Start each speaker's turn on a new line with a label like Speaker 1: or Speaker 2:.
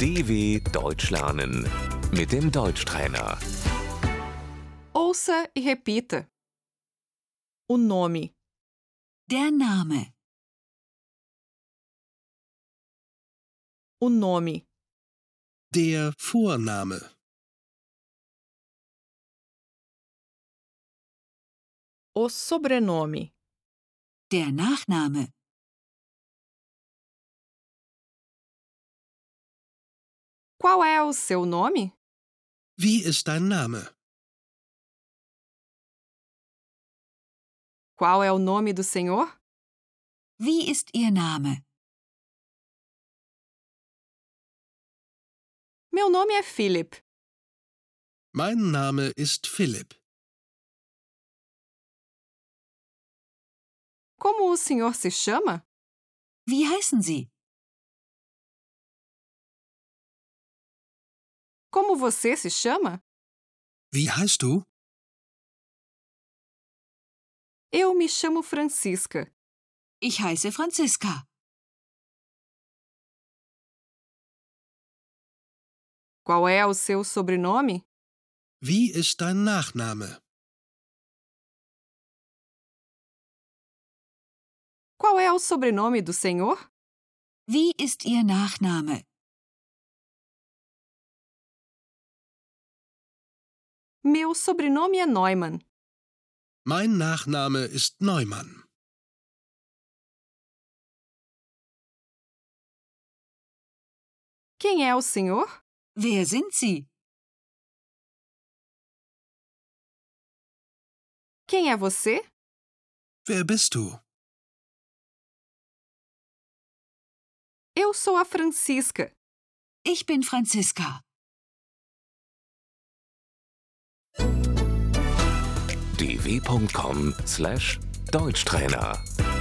Speaker 1: DW Deutsch lernen mit dem Deutschtrainer.
Speaker 2: Ouça e repita. O nome,
Speaker 3: Der Name,
Speaker 2: o nome,
Speaker 4: Der Vorname.
Speaker 2: o sobrenome,
Speaker 3: der Nachname,
Speaker 2: qual é o seu nome?
Speaker 4: Wie ist dein Name?
Speaker 2: Qual é o nome do senhor?
Speaker 3: wie ist Ihr Name?
Speaker 2: Meu nome é Philip.
Speaker 4: Mein Name ist Philipp.
Speaker 2: Como o senhor se chama?
Speaker 3: Wie heißen Sie?
Speaker 2: Como você se chama?
Speaker 4: Wie heißt du?
Speaker 2: Eu me chamo Francisca.
Speaker 3: Ich heiße Franziska.
Speaker 2: Qual é o seu sobrenome?
Speaker 4: Wie ist dein Nachname?
Speaker 2: Qual é o sobrenome do senhor?
Speaker 3: Wie ist Ihr Nachname?
Speaker 2: Meu sobrenome é Neumann.
Speaker 4: Mein Nachname ist Neumann.
Speaker 2: Quem é o senhor?
Speaker 3: Wer sind Sie?
Speaker 2: Quem é você?
Speaker 4: Wer bist du?
Speaker 2: Eu sou a Francisca.
Speaker 3: Ich bin Franziska.
Speaker 1: dw.com/deutschtrainer